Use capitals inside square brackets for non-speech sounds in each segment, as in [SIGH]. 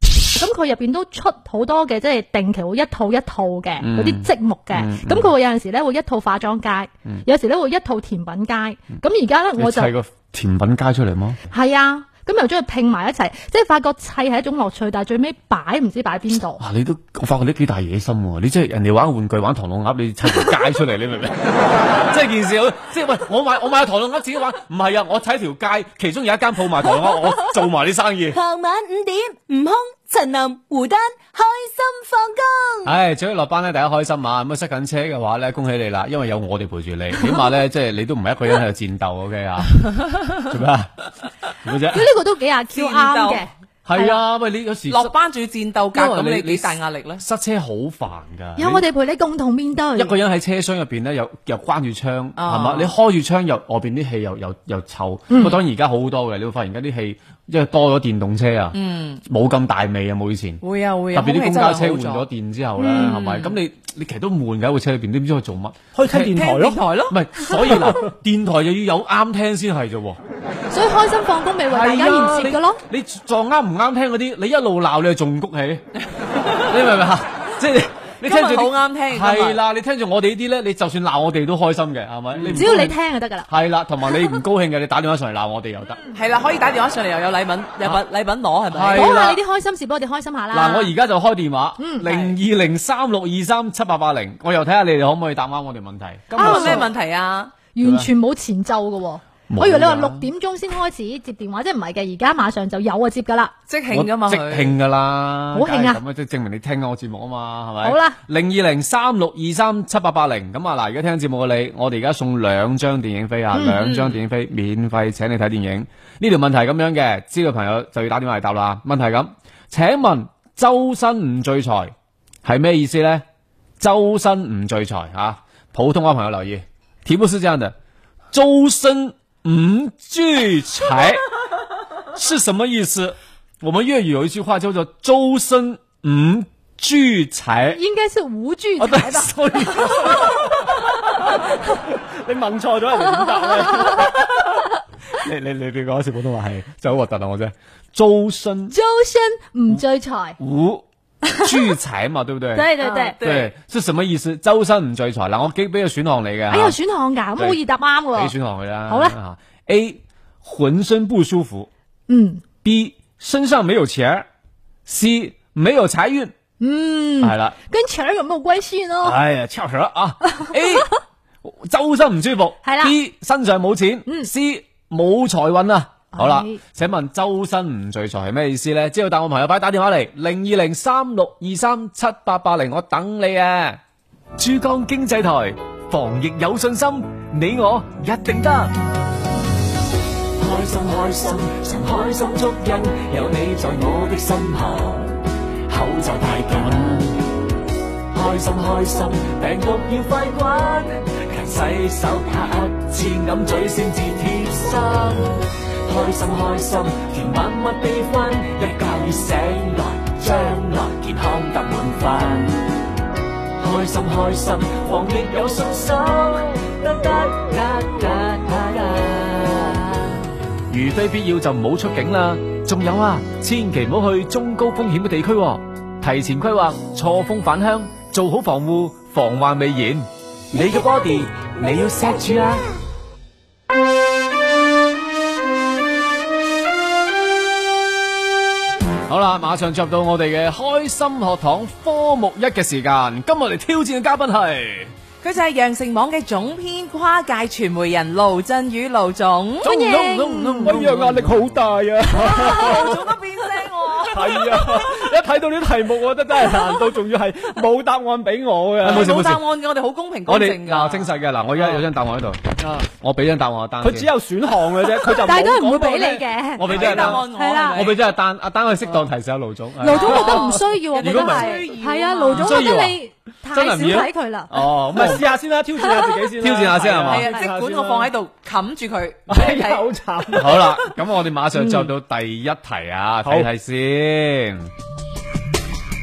咁佢入邊都出好多嘅，即係定期會一套一套嘅嗰啲積木嘅。咁佢會有陣時咧會一套化妝街，有時咧會一套甜品街。咁而家咧你我就砌個甜品街出嚟麼？係啊，咁又將佢拼埋一齊，即係發覺砌係一種樂趣，但係最尾擺唔知擺邊 [LAUGHS] 度。哇！你都我發覺你都幾大野心喎！你即係人哋玩玩具玩唐老鴨，你砌條街出嚟，你明唔明？ [LAUGHS] 即係件事好，即係喂，我買我買唐老鴨自己玩，唔係啊！我砌條街，其中有一間鋪賣唐老鴨，我做埋啲生意。傍晚五點，悟空、陳林、胡丹開心放工。 [LAUGHS] 唉，最緊要落班咧，大家開心啊！咁啊，塞緊車嘅話咧，恭喜你啦，因為有我哋陪住你，起碼咧，即係你都唔係一個人喺度戰鬥，OK [LAUGHS] 啊？做咩啊？做咩咁啫？呢個都幾阿 Q 啱戰鬥嘅。 [LAUGHS] 係啊！喂，你有時落班仲要戰鬥格，因為咁你你幾大壓力咧？塞車好煩㗎。有你我哋陪你共同面對。一個人喺車廂入邊咧，又又關住窗，啊係嘛、你開住窗又外邊啲氣又又又臭。不過、當然而家好好多嘅，你會發現而家啲氣因為多咗電動車啊，冇咁、大味啊，冇以前。會啊會特啊，別啲公空氣交質車換量好咗咗電之後咧，係咪、咁你你其實都悶㗎喺部車裏邊，你唔知佢做乜。可以聽電聽台電咯。台唔咯，係，所以嗱，電台又要有啱聽先係啫喎。所以開心放工咪為大家係啊延接嘅咯。哎你你撞啱唔啱聽嗰啲，你一路鬧你就仲谷起，你明唔明啊？即係你你聽住今日啲好啱聽今日係啦，你聽住我哋呢啲咧，你就算鬧我哋都開心嘅，係咪？唔只要你聽就得㗎啦。係啦，同埋你唔高興嘅，你打電話上嚟鬧我哋又得。係啦，可以打電話上嚟又有禮品，有品禮品攞係咪？係講啦下你啲開心事，俾我哋開心下啦。嗱，我而家就開電話，嗯零二零三六二三七八八零，我又睇下你哋可唔可以答啱我哋問題。今日啊，咩問題啊？完全冇前奏嘅喎。冇㗎我以為你話六點鐘先開始接電話，即係唔係嘅？而家馬上就有啊接㗎啦。即興噶嘛我即佢。興噶啦，好興啊梗係咁啊，即係證明你聽我節目啊嘛，係咪？好啦，零二零三六二三七八八零，咁啊嗱，而家聽節目嘅你，我哋而家送兩張電影飛嗯啊，兩張電影飛免費請你睇電影。呢條問題係咁樣嘅，知道朋友就要打電話嚟答啦。問題係咁，請問周身唔聚財係咩意思呢？周身唔聚財啊，普通話朋友留意，題目是這樣的，周身唔聚財。是什么意思？我们粤语有一句话叫做“周身唔聚财應該是無聚”，哦，对財吧？ ，sorry，你問錯咗人哋點 [LAUGHS] 答咧？你你你你講一次普通話係就好核突啊！我真係周身周身唔聚財。唔聚財嘛，對不對？ [LAUGHS] 對對對。對，是什麼意思？周身唔聚財嗱，我幾俾個選項你嘅哎嚇呀，選項㗎，咁好易答啱㗎俾選喎。項佢啦。好啦啊，A 渾身不舒服嗯，B 身上沒有錢，C 沒有財運。嗯，係啦，跟錢有冇關係呢？哎呀，翹舌 [LAUGHS] 啊！A 周身唔舒服，係啦 B 身上冇錢、嗯 c 冇財運啊！好啦係，請問周身唔聚財係咩意思呢？知道答案嘅朋友快打電話嚟零二零三六二三七八八零，我等你啊！珠江經濟台防疫有信心，你我一定得。開心開心，常開心足印，有你在我的身旁，口罩戴緊。開心開心，病毒要快滾，勤洗手打乞嗤，揞嘴先至貼身。開心開心，甜蜜蜜地分，一覺已醒來，將來健康得滿分。開心開心，防疫有信心，得得得得得得。如非必要就唔好出境啦。仲有啊，千祈唔好去中高風險嘅地區喎、提前規劃，錯峰返鄉，做好防護，防患未然。你嘅 body 你要 set 住啊！好啦，馬上進入到我哋嘅開心學堂科目一嘅時間。今日嚟挑戰嘅嘉賓係佢就係羊城網嘅總編跨界傳媒人盧振宇盧總，歡迎。哎呀，壓力好大啊！盧總都變聲喎，係 [LAUGHS] 啊，一睇到啲題目，我覺得真係難到，仲要係冇答案俾我嘅哎冇事冇冇答案事，哎嘅，我哋好公平公我正哋㗎。嗱精細嘅嗱，我而家有張答案喺度，我俾張答案阿丹佢先。只有選項嘅啫，佢就冇但係都係唔會講過俾咧你嘅。我俾張俾阿答丹案。我係啦係咪我俾咗阿丹，阿丹可以適當提示下盧總。哎盧總覺得唔需要，我啊覺得啊如果唔係係係啊，盧總唔覺需要啊得你太真少係唔要睇佢啦。哦，唔咁係啊 [LAUGHS] 試下先啦，挑戰下自己先啦，挑戰下先係嘛係啊，即管我放喺度冚 [LAUGHS] 住佢，哎呀好慘。好啦，咁我哋馬上進入到第一題啊，睇睇先。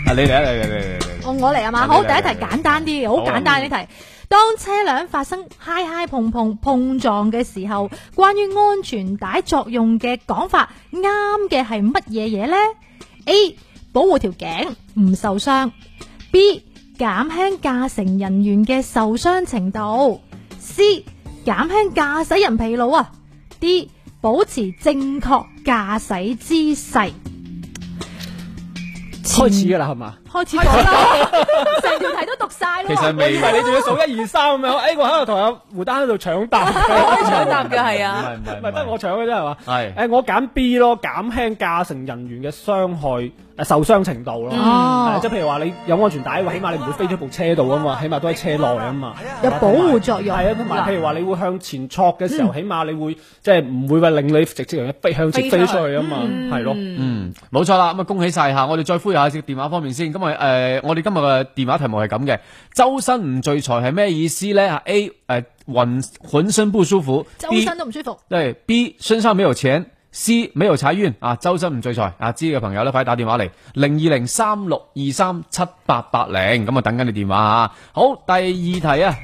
啊，你嚟啊，嚟嚟嚟嚟嚟我我嚟啊嘛，好好你第嚟一題你嚟簡單啲，好好啊簡單呢題。當車輛發生嗨嗨碰碰碰撞嘅時候，關於安全帶作用嘅講法，啱嘅係乜嘢嘢呢？A 保護條頸唔受傷；B 減輕駕乘人員嘅受傷程度；C 減輕駕駛人疲勞啊；D 保持正確駕駛姿勢。 [LAUGHS] 開始噶啦，係嘛？開始講啦， [LAUGHS] 成條題都讀晒咯。其實以未為你仲要數一二三咁樣，哎，我喺度同阿胡丹喺度搶 [LAUGHS] 答，我都想答嘅係唔啊，係唔唔係係唔不係過我搶嘅啫係嘛？係誒，我揀 B 咯，減輕駕乘人員嘅傷害誒受傷程度咯。啊哦係即係譬如話你有安全帶，喂起碼你唔會飛咗部車度啊嘛，起碼都喺車內啊嘛。有保護作用。嗯係啊，同埋譬如話你會向前挫嘅時候，起碼你會即係唔會話令你直接飛向前飛出去啊嘛，係咯。嗯，冇錯啦，咁啊恭喜晒吓，我哋再呼籲下電話方面先，咁啊诶，我哋今日嘅電話題目係咁嘅，周身唔聚財係咩意思咧啊？A 诶、浑浑身不舒服周，B 身都唔舒服。对 B 身上没有錢 c 沒有財運啊，周身唔聚財啊，知嘅朋友咧快啲打電話嚟零二零三六二三七八八零，咁啊等緊你電話啊。好，第二題啊，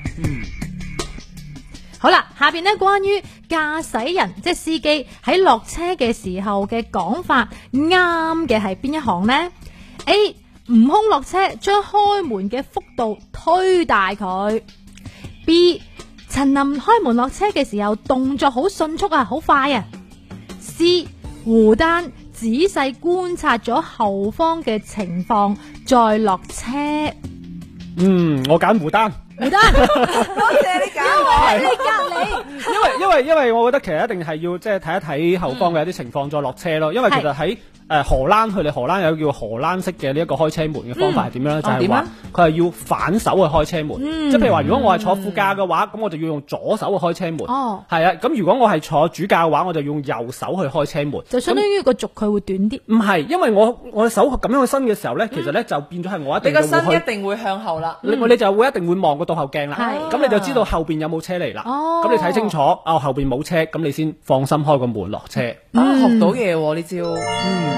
好啦，下边呢關於駕駛人即系司機喺落車嘅時候嘅講法啱嘅係邊一行呢 a 悟空落車將開門嘅幅度推大佢。B. 陳林開門落車嘅時候動作好迅速啊，好快啊。C. 胡丹仔細觀察咗後方嘅情況再落車。嗯，我揀胡丹。胡丹多謝你揀我。喺你隔離。[LAUGHS] 因為因為因為我覺得其實一定係要即係睇一睇後方嘅嗯一啲情況再落車咯。因為其實喺誒荷蘭，佢哋荷蘭有叫荷蘭式嘅呢一個開車門嘅方法係點樣咧？就係點話啊嗯佢係要反手去開車門，即係譬如話，如果我係坐副駕嘅話，咁我就要用左手去開車門。哦係啊，咁如果我係坐主駕嘅話，我就用右手去開車門。嗯就相當於個軸佢會短啲。唔係，因為我我手咁樣去伸嘅時候咧，其實嗯咧就變咗係我一你定個要身會一去。定會向後啦。你你就會一定會望個倒後鏡啦，嗯係咁你就知道後邊有冇車嚟啦。哦咁你睇清楚，啊後邊冇車，咁你先放心開個門落車。啊，學到嘢喎呢招。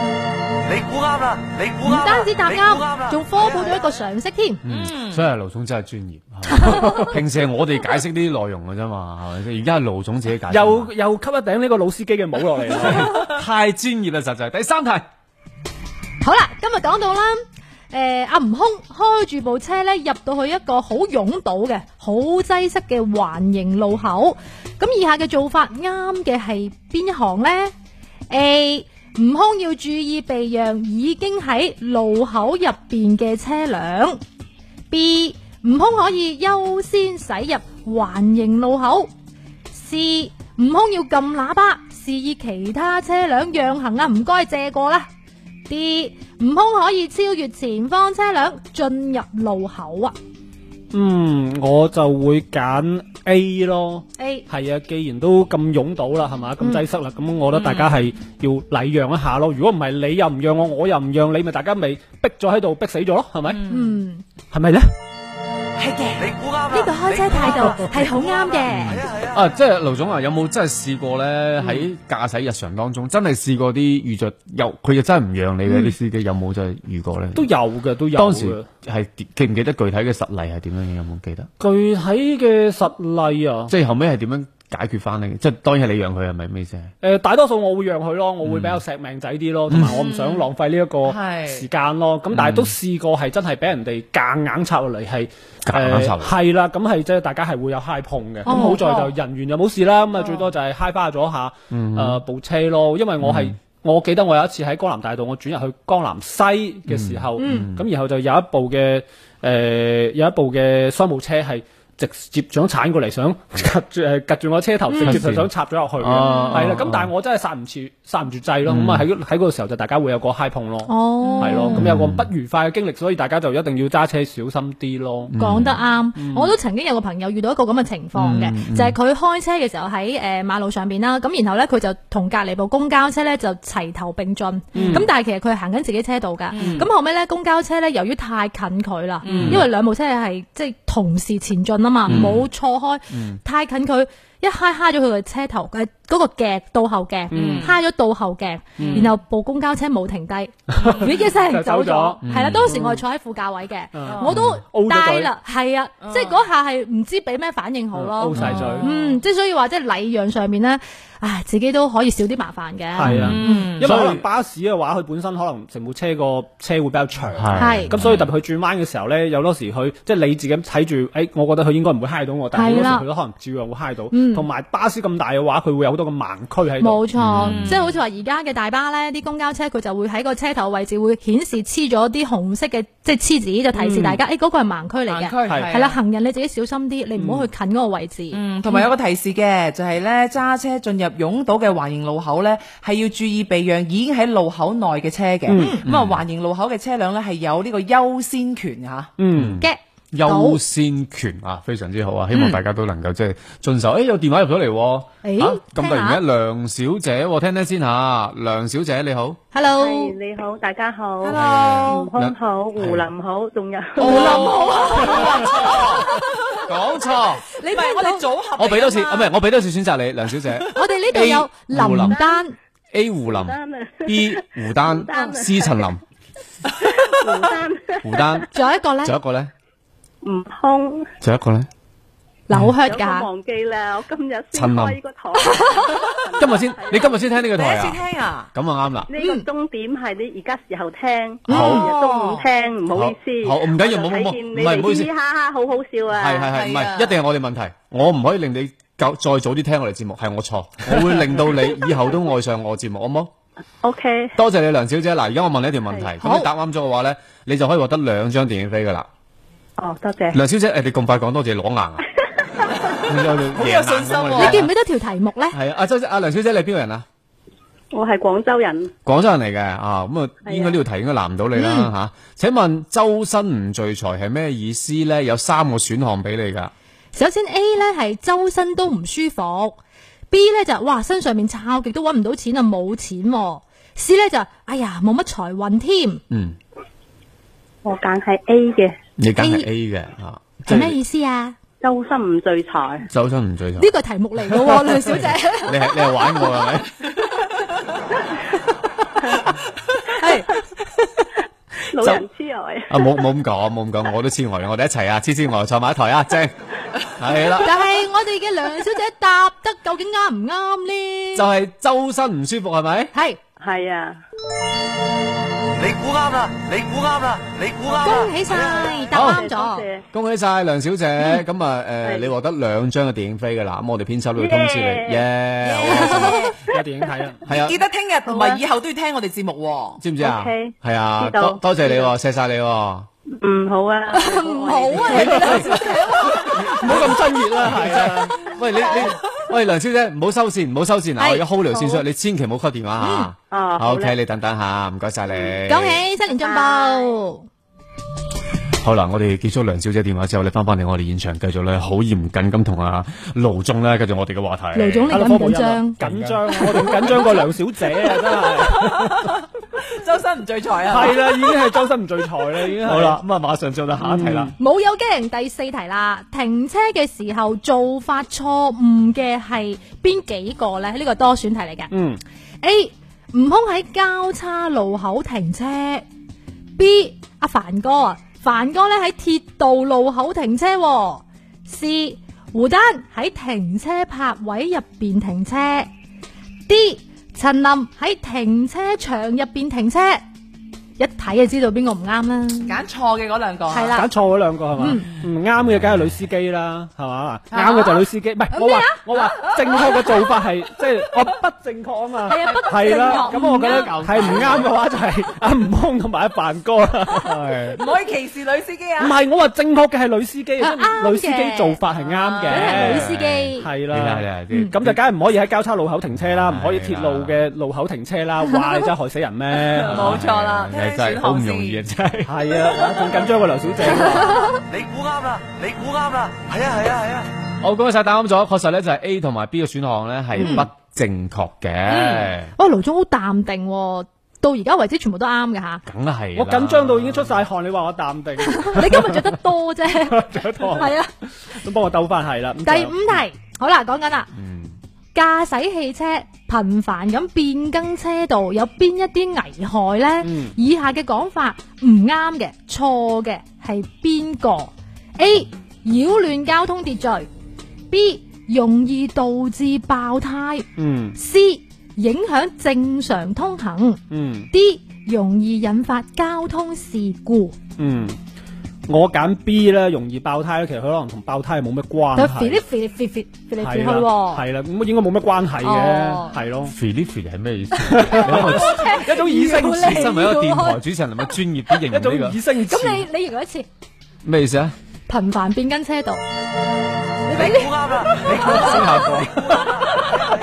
你估啱啦，你估唔啱啦，單止答你估啱啦啱，仲科普咗一個常識添。嗯，所以係盧總真係專業， [LAUGHS] 平時係我哋解釋呢啲內容嘅啫嘛，係咪先？而家係盧總嗯自己解釋，又又吸一頂呢個老司機嘅帽落嚟 [LAUGHS] 啦。太專業啦，實在。第三題。好啦，今日講到啦，诶、阿悟空開住部車咧，入到去一個好擁堵嘅、好擠塞嘅環形路口。咁以下嘅做法啱嘅係邊一行呢 a 悟空要注意避讓已經喺路口入邊嘅車輛。B 悟空可以優先駛入環形路口。C 悟空要撳喇叭，示意其他車輛讓行啊，唔該借過啦。D 悟空可以超越前方車輛進入路口啊嗯，我就會揀 A 咯。 ！A 係啊，既然都咁擁堵啦，係嘛，嗯咁擠塞啦，咁我覺得大家係要禮讓一下咯。如果唔係你又唔讓我，我又唔讓你，咪大家咪逼咗喺度，逼死咗咯，係咪？嗯，係咪咧？係嘅，你估啱啦，呢個開車態度係好啱嘅。係啊係啊。啊，即係盧總啊，有冇真係試過咧？喺駕駛日常當中，真係試過啲遇着又佢又真係唔讓你嘅啲司機，有冇真係遇過咧？都有啊嘅，都有嘅。當時係記唔記得具體嘅實例係啊點樣嘅？有冇記得？具體嘅實例啊，即係後尾係點樣解決翻呢？即係當然係你讓佢係咪咩意思啊？誒、呃大多數我會讓佢咯，我會比較錫命仔啲咯，同埋我唔想浪費呢一個係時間咯。咁但係都試過係真係俾人哋夾硬插落嚟，係夾硬插落誒嚟係啦。咁係即係大家係會有嗨碰嘅。咁、好在就人緣又冇事啦。咁啊最多就係嗨花咗下誒、嗯部車咯，因為我係。我記得我有一次喺江南大道，我轉入去江南西嘅時候，咁、嗯然後就有一部嘅誒、呃有一部嘅商務車係直接想鏟過嚟，想夾住誒夾住我車頭，直接就想插咗入去嘅，嗯哦嗯係啦。哦咁但係我真係剎唔住，剎唔住掣咯。咁啊喺喺嗰個時候就大家會有個嗨碰咯，哦，係咯。咁有個不愉快嘅經歷，所以大家就一定要揸車小心啲咯。講得嗯啱，我都曾經有個朋友遇到一個咁嘅情況嘅，就係佢開車嘅時候喺誒馬路上邊啦，咁然後咧佢就同隔離部公交車咧就齊頭並進，咁、嗯但係其實佢係行緊自己車道㗎，咁、後尾咧公交車咧由於太近佢啦，嗯嗯因為兩部車係即係同時前進啊嘛，冇錯開，太近佢。一嗨嗨咗佢個車頭誒嗰個夾倒後鏡，嗯嗨咗倒後鏡，然後部公交車冇停低，咦一聲嗯就走走咗咗，係啦，當時我係坐喺副駕位嘅，嗯我嗯都，O 咗呆嘴啦，係啊，即係嗰下係唔知俾咩反應好咯，O。晒嘴，嗯，即係所以話，即係禮讓上面咧，唉，自己都可以少啲麻煩嘅。係啊，因嗯為所以可能巴士嘅話，佢本身可能成部車個車會比較長。係咁所以特別佢轉彎嘅時候咧，有多時佢即係你自己睇住，誒、我覺得佢應該唔會嗨到我，但係係好多時啦佢都可能照樣會嗨到。嗯同埋、巴士咁大嘅話，佢會有好多個盲區喺度。冇錯，嗯即係好似話而家嘅大巴咧，啲公交車佢就會喺個車頭位置會顯示黐咗啲紅色嘅即係黐紙，就嗯提示大家，誒嗰個係盲區嚟行區嘅，係啊係啦，，行人你自己小心啲，你唔好去近嗰個位置。嗯，同埋有個提示嘅，就係咧揸車進入擁堵嘅環形路口咧，係要注意避讓已經喺路口內嘅車嘅。咁啊，環形路口嘅車輛咧係有呢個優先權嘅嚇。嗯，嘅優先權啊，非常之好啊！希望大家都能夠即係遵守。誒、有電話入咗嚟誒喎，啊咁、聽突然下間，梁小姐喎，聽聽先嚇。梁小姐你好， ，hello，系你好，大家好， Hello 悟空好，胡林好，仲有冇諗好啊！講錯，你咪我哋組合嚟㗎嘛，我俾多次，啊唔係我俾多次選擇你，梁小姐。我哋呢度 A，有胡林林丹， A 胡林丹啊， [LAUGHS] ，B 胡丹胡丹啊，C 陳林，胡丹，胡丹，仲有一個咧仲有一個咧，悟空，仲有一個咧，扭靴有個㗎，忘記啦，我今日先陳林開呢個台，今日先，你今日先聽呢個第台一次啊？聽啊！咁啊啱啦。 [LAUGHS] 呢個終點係你而家時候聽，好平日中午聽，唔好意思，好好唔緊要我就冇冇冇睇見你唔係唔好意思哋嘻嘻哈哈，好好笑啊，係係係，唔係啊係一定係我哋問題，我唔可以令你夠再早啲聽我哋節目，係我錯，我會令到你以後都愛上我節目，好冇？ ，OK，多謝你梁小姐，嗱，而家我問你一條問題，係咁你答啱咗嘅話咧，你就可以獲得兩張電影飛噶啦。哦，多謝，梁小姐，誒你咁快講多謝攞 [LAUGHS] 硬啊？你有好有信心啊喎你記唔記得條題目咧？係啊，阿周姐阿梁小姐你係邊個人啊？我係廣州人，廣州人嚟嘅啊，咁啊，係啊應該呢條題應該難唔到你嗯啦嚇。請問周身唔聚財係咩意思咧？有三個選項俾你㗎。首先 A 咧係周身都唔舒服，B 咧就哇身上面抄極都揾唔到錢啊，冇錢喎、C 咧就哎呀冇乜財運添，嗯，我揀係 A 嘅，你揀係 A A 嘅嚇，即係咩係意思啊？周身唔聚財，周身唔聚財。呢個題目嚟嘅喎，梁小姐，你係你係玩我係咪？係老人痴呆。啊冇冇咁講冇咁講，我都痴呆，我哋一齊啊，痴痴呆坐埋一台 [LAUGHS] 啊，正係啦，但係我哋嘅梁小姐答得究竟啱唔啱就呢？係、周身唔舒服係咪？係係啊，你估啱啦，你估啱啦，你估啱啦。恭喜晒答啱多咗，謝 [LAUGHS] 恭喜晒梁小姐，咁啊誒，係你獲得兩張嘅電影飛㗎啦，咁我哋編輯都會通知你， Yeah 耶，好開心啊，有電影睇啦。係啊記。得聽日同埋以後都要聽我哋節目喎。知唔知啊？ OK，係啊，知道多多謝你喎，謝晒你喎，唔嗯好啊，唔好啊，你好咁真熱 [LAUGHS] 啦，係啊。喂，你你喂梁小姐，唔好收線，唔好收線啊！係我而家 hold 條線出嚟，你千祈唔好 cut 電話嚇。哦好 O 啦 K，你等等下，唔該晒你。恭喜新年進步，好啦，我哋結束梁小姐電話之後咧，翻返嚟我哋現場繼續咧，好嚴謹咁同阿盧總咧繼續我哋嘅話題。盧總你阿緊科唔普緊音啊張？緊張，我哋緊張過梁小姐啊，真 [LAUGHS] 係。周身唔聚財啊！係啦，已經係周身唔聚財啦，已經係嗯好。啦，咁啊，馬上進入下一題啦。冇有驚第四題啦，停車嘅時候做法錯誤嘅係邊幾個呢？呢個多選題嚟嘅。嗯 A. 悟空喺交叉路口停車。B. 阿凡哥啊，凡哥呢喺鐵道路口停車喎。C. 胡丹喺停車泊位入邊停車。D. 陳林喺停車場入邊停車。一睇就知道邊個唔啱啦。揀錯嘅嗰兩個啊。係啦嗯揀錯嗰兩個係嘛？唔啱嘅梗係女司機啦，係啊嘛？啱嘅就係女司機，唔係我話我話正確嘅做法 [LAUGHS] 係即係我不正確啊嘛。係啊不正確係啦，咁我覺得唔啱係唔啱嘅話就係阿悟空同埋阿凡哥啦。唔可以歧視女司機唔啊！係我話正確嘅係女司機，啊啱嘅女司機做法係啱梗係女嘅。司機。係你睇啦，嗯下你睇下咁就梗係唔可以喺交叉路口停車啦，唔可以係啦鐵路嘅路口停 [LAUGHS] 車啦。哇！你真係害死人咩？冇錯啦，你聽聽真係選好項唔容易啊，先。真係。係啊，仲緊張過梁小姐喎。你估啱啦，你估啱啦，係啊係啊係啊。我講晒答啱咗，確實咧就係 A 同埋 B 嘅選項咧係不正確嘅，嗯哇，盧總好淡定、喎，到而家為止全部都啱嘅 [LAUGHS] 吓。梗係啦。我緊張到已經出晒汗，你話我淡定，你今日着得多啫， [LAUGHS] 着得多係啊。哦都幫我兜翻係啦。咁第就五題，好啦，講緊啦，嗯駕駛汽車頻繁咁變更車道，有邊一啲危害呢？嗯以下嘅講法唔啱嘅，錯嘅係邊個？A. 擾亂交通秩序；B. 容易導致爆胎嗯；C. 影響正常通行嗯；D. 容易引發交通事故。嗯，我揀 B 咧，容易爆胎咧，其實佢可能同爆胎冇乜關啊就係， fit fit fit fit fit 係去啦，喎。係啦，咁應該冇乜關係哦嘅，係咯，肥呢肥係咩意思？一 [LAUGHS] 種以聲詞，身為一個電台主持人，能夠專業啲形一種嗯容呢以聲咁詞。你你如果一次個咩意思啊？頻繁變更車道，你估啱啦，你估啱啦。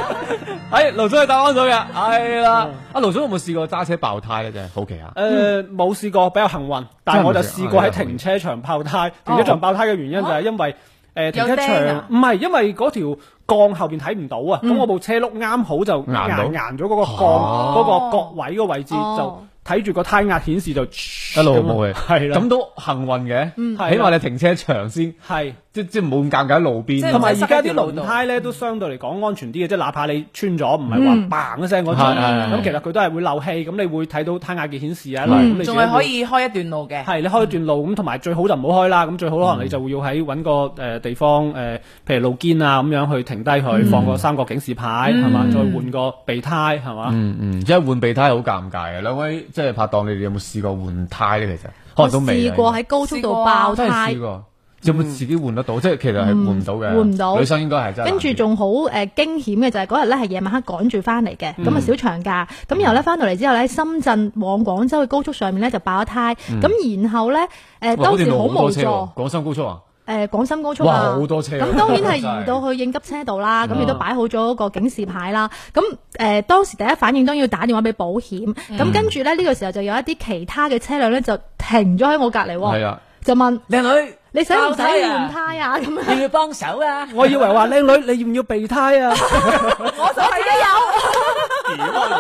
[LAUGHS] 哎，盧總係答啱咗嘅，係啦。阿盧總有冇試過揸車爆胎咧？真係好奇啊！誒嗯呃冇試過，比較幸運，但係我就試過喺停車場爆胎。停車場爆胎嘅原因就係因為誒停哦車有釘場啊嗯唔係因為嗰條鋼後邊睇唔到啊，咁我部車轆啱好就硬到硬硬咗嗰個鋼嗰哦個角位個位置，哦就睇住個胎壓顯示就一一路冇去，係啦咁，都幸運嘅，係啦起碼你停車場先，係。即即冇咁尷尬喺路邊。即係同埋而唔係家塞喺啲條路輪度胎咧都相對嚟講安全啲嘅，即係哪怕你穿咗，唔嗯係話 bang 一聲嗰種，係係係咁其實佢都係會漏氣，咁你會睇到胎壓嘅顯示啊，嗯咁你自己仲會係可以開一段路嘅。係你開段路咁，同埋最好就唔好開啦。咁最好可能你就會要喺揾個誒地方誒，譬如路肩啊咁樣去停低嗯佢，放個三角警示牌係嘛，再換個備胎係嘛。嗯嗯，因為換備胎好尷尬嘅。兩位即係拍檔，你哋有冇試過換胎咧？其實可我能都未啊。試過喺高速度爆應該真係胎試，過，有冇自己換得到？即係其實係換唔到嘅，嗯換唔到女生應該係真係難跟啲。住仲好誒驚險嘅就係嗰日咧係夜晚黑趕住翻嚟嗯嘅，咁啊小長假，咁然後咧翻到嚟之後咧，深圳往廣州嘅高速上面咧就爆咗胎，咁然後咧誒嗯哇嗰當段時好路好無多車助，喎，廣深高速啊，誒廣深高速哇啊好。多車啊。咁當然係真嗯移到去應急車道啦，咁亦都擺好咗個警示牌啦。咁誒、呃、當時第一反應當然要打電話俾保險。咁、嗯跟住咧呢、個時候就有一啲其他嘅車輛咧就停咗喺我隔離係喎，啊，就問靚女，你使唔爆使胎啊換胎 [LAUGHS] 啊？咁樣你要幫手啊！我以為話靚女，你要唔要備胎啊？ [LAUGHS] 我就係有。 [LAUGHS]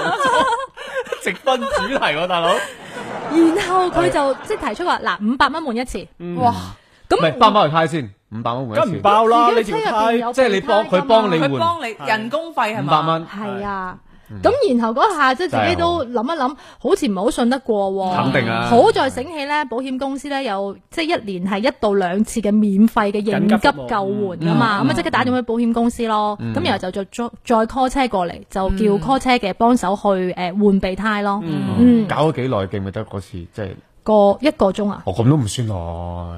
直奔主題喎，大佬。然後佢啊就即係提出話嗱五百蚊換一次，哇！唔係，咁包唔包佢胎先？五百蚊換一 [LAUGHS] 梗唔次。爆啦，自你己條嘅車入胎邊有即係你幫佢幫你佢幫你係人工費係嗯五嘛？百蚊，係啊。嗯咁然後嗰下即係自己都諗一諗，好似唔係好信得過喎。肯定啊好在醒起咧，保險公司咧有即係一年係一到兩次嘅免費嘅應急救援啊嗯嘛，咁啊即刻打電話俾保險公司咯。咁然後就再再 call 車過嚟，就嗯叫 call 車嘅幫手去誒換備胎咯。嗯，搞咗幾耐記唔記得嗰次？即係個一個鐘啊，我咁都唔算耐，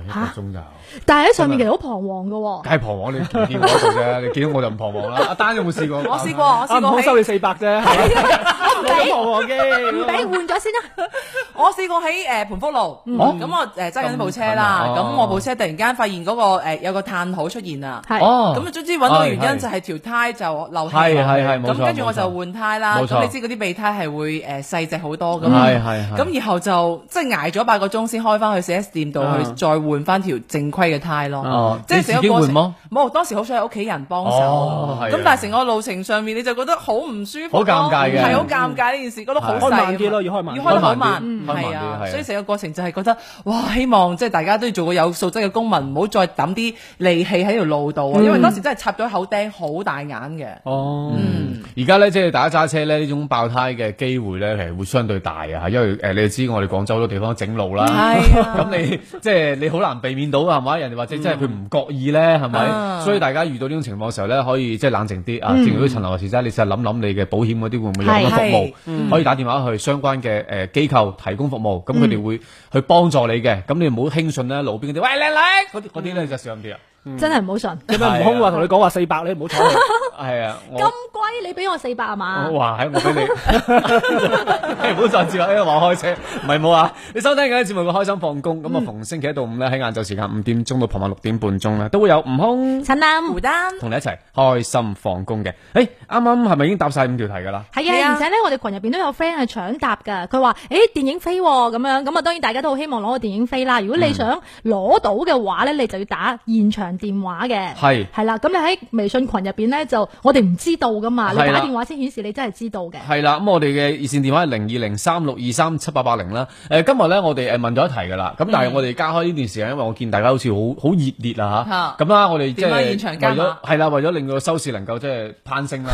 一嚇個鐘就。但係喺上面其實好彷徨㗎喎。梗係彷徨，你唔見我喺度啫，你見到我就唔彷徨啦。阿丹有冇試過？哦我試過，我啊試唔過好喺收你四百 [LAUGHS] 啫，我唔俾黃嘅，唔俾換咗先啦，我試過喺誒盤福路，嗯哦咁我誒揸緊部車啦，咁近啊哦咁我部車突然間發現嗰個誒有個炭好出現啊，係哦，咁啊總之揾到原係因就係條胎就漏氣，係係係冇錯咁跟住我就冇錯換胎啦，冇錯嗯咁你知嗰啲備胎係會誒細只好多噶嘛，係係係。咁然後就即係捱咗八個鐘先開翻去 4S 店度去嗯再換翻條正規嘅胎哦咯，即係成啊你個自己換過麼程。冇，當時好想係屋企人幫哦手，係啊咁但係成個路程上面你就覺得好唔舒服好咯，尷尬嘅係好尷尬呢件事，覺得好係細開慢啲咯要開慢啲要開得好開慢啲慢，嗯開慢啲係係啊啊，所以成個過程就係覺得哇，希望即係大家都要做個有素質嘅公民，唔好再抌啲利器喺條路度啊，因嗯為當時真係插咗口釘，好大眼嘅，哦，嗯，而家咧，即係大家揸車咧，呢種爆胎嘅機會咧，其實會相對大啊，因為誒、呃你知我哋廣州好多地方整路啦，係啊 [LAUGHS] 咁你即係你好難避免到啊係咪？人哋或者真係佢唔覺意咧，係咪？啊所以大家遇到呢種情況嘅時候咧，可以即係冷靜啲啊。正如啲陳劉話事齋，你實諗諗你嘅保險嗰啲會唔會有咁嘅服務係，可以打電話去相關嘅誒機構提供服務，咁佢哋會去幫助你嘅。咁你唔好輕信咧路邊嗰啲，喂靚女嗰啲嗰啲咧就小心啲啊。真係唔好信。嗯有咩唔空啊話同你講話四百，你唔好睬啊係啊，我咁貴你俾我四百啊嘛？我話喺我俾 [LAUGHS] 你，你唔好再接啦，因為話開車，唔係冇啊！你收聽緊嘅節目嘅開心放工，咁啊逢星期一到五咧喺晏晝時間五點鐘到傍晚六點半鐘咧，都會有悟空陳林胡丹。同你一齊開心放工嘅。誒，啱啱係咪已經答晒五條題㗎啦？係係啊，啊而且咧，我哋群入邊都有啊 friend 係搶答噶。佢話：，誒電影飛喎咁樣，咁啊當然大家都好希望攞個電影飛啦。如果你想攞到嘅話咧，你就要打現場電話嘅。係係啦，咁你喺微信群入邊咧就，我哋唔知道噶嘛，你係啦打電話先顯示你真係知道嘅。系啦，咁我哋嘅熱線電話係零二零三六二三七八八零啦。誒，今日咧我哋誒問咗一題噶啦，咁嗯但係我哋加開呢段時間，因為我見大家好似好好熱烈啊嚇，嚇咁啦，我哋即點啊係為現場加碼咗係啦，為咗令到收視能夠即係攀 [LAUGHS] 升啦，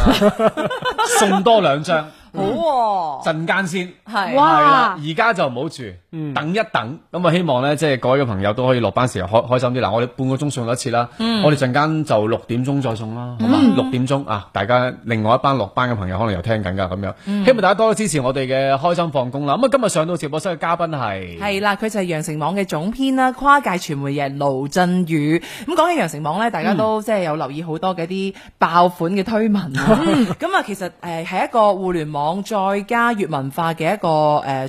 送多兩張，好啊喎，陣間先。係哇係啦，而家就唔好住，等一等。咁啊，希望咧，即係各位嘅朋友都可以落班時候開開心啲。嗱，我哋半個鐘送咗一次啦，我哋陣間就六點鐘再送啦，好嘛？六點鐘啊，大家另外一班落班嘅朋友可能又聽緊㗎咁樣。希望大家多多支持我哋嘅開心放工啦。咁啊，今日上到直播室嘅嘉賓係係啦，佢就係羊城網嘅總編啦，跨界傳媒嘅盧振宇。咁講起羊城網咧，大家都嗯即係有留意好多嘅啲爆款嘅推文 [LAUGHS] 啊。嗯咁啊，其實誒係一個互聯網再加粵文化嘅一個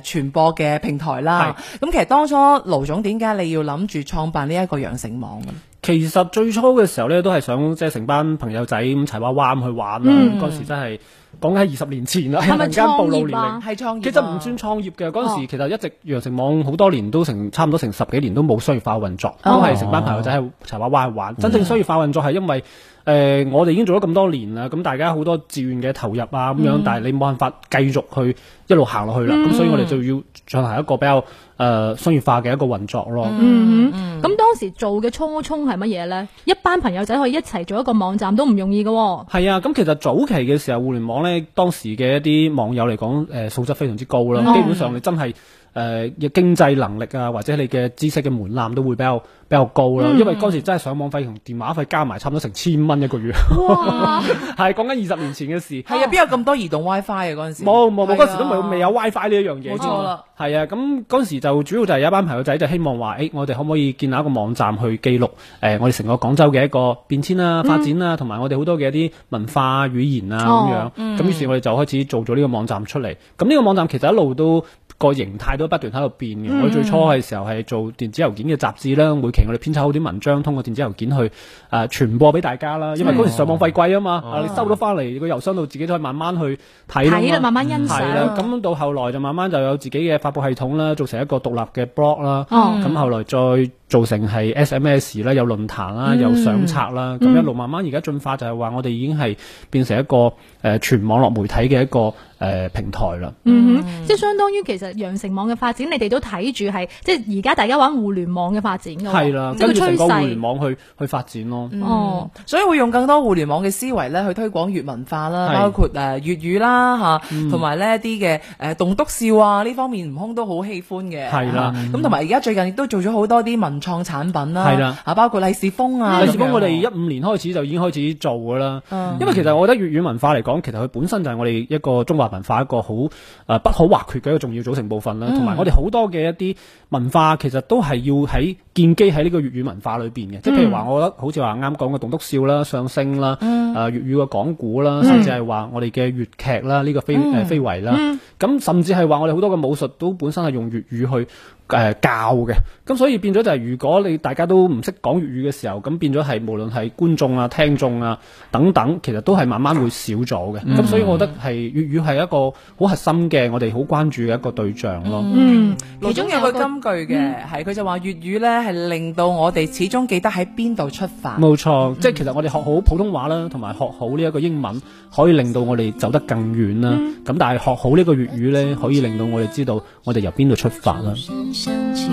誒傳播嘅平台啦。咁其實當初盧總點解你要諗住創辦呢一個羊城網嘅咧？其實最初嘅時候咧，都係想即係成班朋友仔咁齊娃娃咁去玩啦。嗰、時真係講緊係二十年前啦，嗯 [LAUGHS] 係咪突然間暴露年創業啊哦齡。係創業啊，其實唔算創業嘅嗰陣時，其實一直羊城網好多年都成差唔多成十幾年都冇商業化運作，哦都係成班朋友仔喺柴娃娃玩。真正商業化運作係因為嗯誒、呃我哋已經做咗咁多年啦，咁大家好多志願嘅投入啊咁嗯樣，但係你冇辦法繼續去一路行落去啦。咁、所以我哋就要進行一個比較誒、呃商業化嘅一個運作咯。嗯哼，咁當時做嘅初衷係乜嘢呢？一班朋友仔可以一齊做一個網站都唔容易嘅喎。係啊，咁其實早期嘅時候，互聯網咧，當時嘅一啲網友嚟講，誒、呃素質非常之高啦。基本上你真係誒、嘅經濟能力啊，或者你嘅知識嘅門檻都會比較比較高啦。因為嗰時真係上網費同電話費加埋差唔多成千蚊一個月，哇， [LAUGHS] 係講緊二十年前嘅事。係啊，邊有咁多移動 WiFi 啊嗰陣時？冇冇冇，係啊嗰時都未未有 WiFi 呢一樣嘢。冇錯啦。係啊，咁嗰時就主要就係有一班朋友仔就希望話，誒、我哋可唔可以建立一個網站去記錄誒、我哋成個廣州嘅一個變遷啦、嗯發展啦，同埋、我哋好多嘅一啲文化語言啊咁樣。哦咁、嗯於是我哋就開始做咗呢個網站出嚟。咁呢個網站其實一路都。個形態都不斷喺度變嗯嘅。我哋最初嘅時候係做電子郵件嘅雜誌啦，每期我哋編輯好啲文章，通過電子郵件去誒、呃、傳播俾大家啦。因為嗰時上網費貴啊嘛，哦啊你收到翻嚟個郵箱度自己都可以慢慢去睇啦嘛。啊睇啦，慢慢欣係啦，賞。咁到後來就慢慢就有自己嘅發布系統啦，做成一個獨立嘅 blog 啦。哦咁後來再做成係 SMS 啦，有論壇嗯啦，有相冊啦，咁一路慢慢而家進化就係話我哋已經係變成一個誒全網絡媒體嘅一個誒平台啦。嗯哼，即係相當於其實羊城網嘅發展，你哋都睇住係，即係而家大家玩互聯網嘅發展㗎喎。係啦，哦即係跟個住成趨個互聯勢。網去去發展咯。哦，所以會用更多互聯網嘅思維咧去推廣粵文化啦，係包括誒粵語啦嗯嚇，同埋呢一啲嘅誒棟篤笑啊呢方面，悟空都好喜歡嘅。係啦啊咁同埋而家最近亦都做咗好多啲文創產品啦，係啦啊包括利是封啊，第時幫我哋咁一樣五年開始就已經開始做㗎啦。嗯因為其實我覺得粵語文化嚟講，其實佢本身就係我哋一個中華文化一個好誒、呃不可或缺嘅一個重要組成部分啦。同埋、我哋好多嘅一啲文化，其實都係要喺建基喺呢個粵語文化裏邊嘅。即係譬如話，我覺得好似話啱講嘅棟篤笑啦、相聲啦、誒、粵語嘅講古啦，甚至係話我哋嘅粵劇啦、呢、個非誒、呃非遺啦。咁甚至係話我哋好多嘅武術都本身係用粵語去誒、呃教嘅，咁所以變咗就係如果你大家都唔識講粵語嘅時候，咁變咗係無論係觀眾啊、聽眾啊等等，其實都係慢慢會少咗嘅。咁、所以我覺得係粵語係一個好核心嘅，我哋好關注嘅一個對象咯。嗯，盧總有個個金句嗯嘅，係佢就話粵語咧係令到我哋始終記得喺邊度出發。冇錯，即係其實我哋學好普通話啦，同埋學好呢一個英文，可以令到我哋走得更遠啦。咁、但係學好呢個粵語呢，可以令到我哋知道我哋由邊度出發啦。声响起，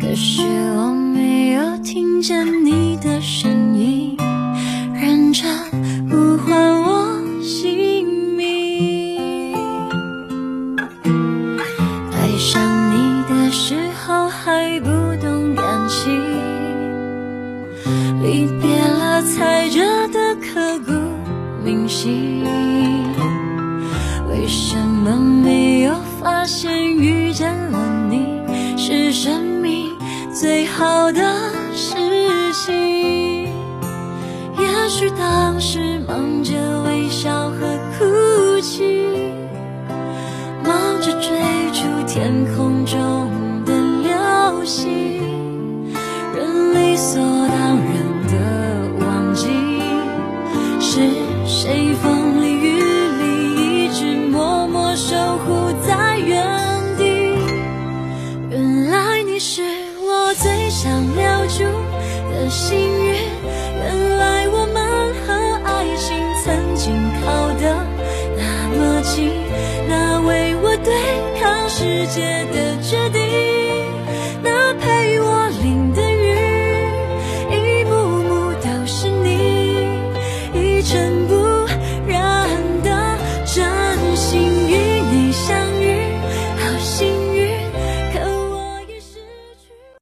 可是我没有听见你的声音，认真呼唤我姓名。爱上你的时候还不懂感情，离别了才觉得刻骨铭心。为什么没有发现遇见了你是生命最好的事情？也许当时忙着微笑和哭泣，忙着追逐天空中的流星，人理所当然的忘记。是谁风里雨里一直默默守护在原地？原来你是我最想留住的幸运，原来我们和爱情世界的绝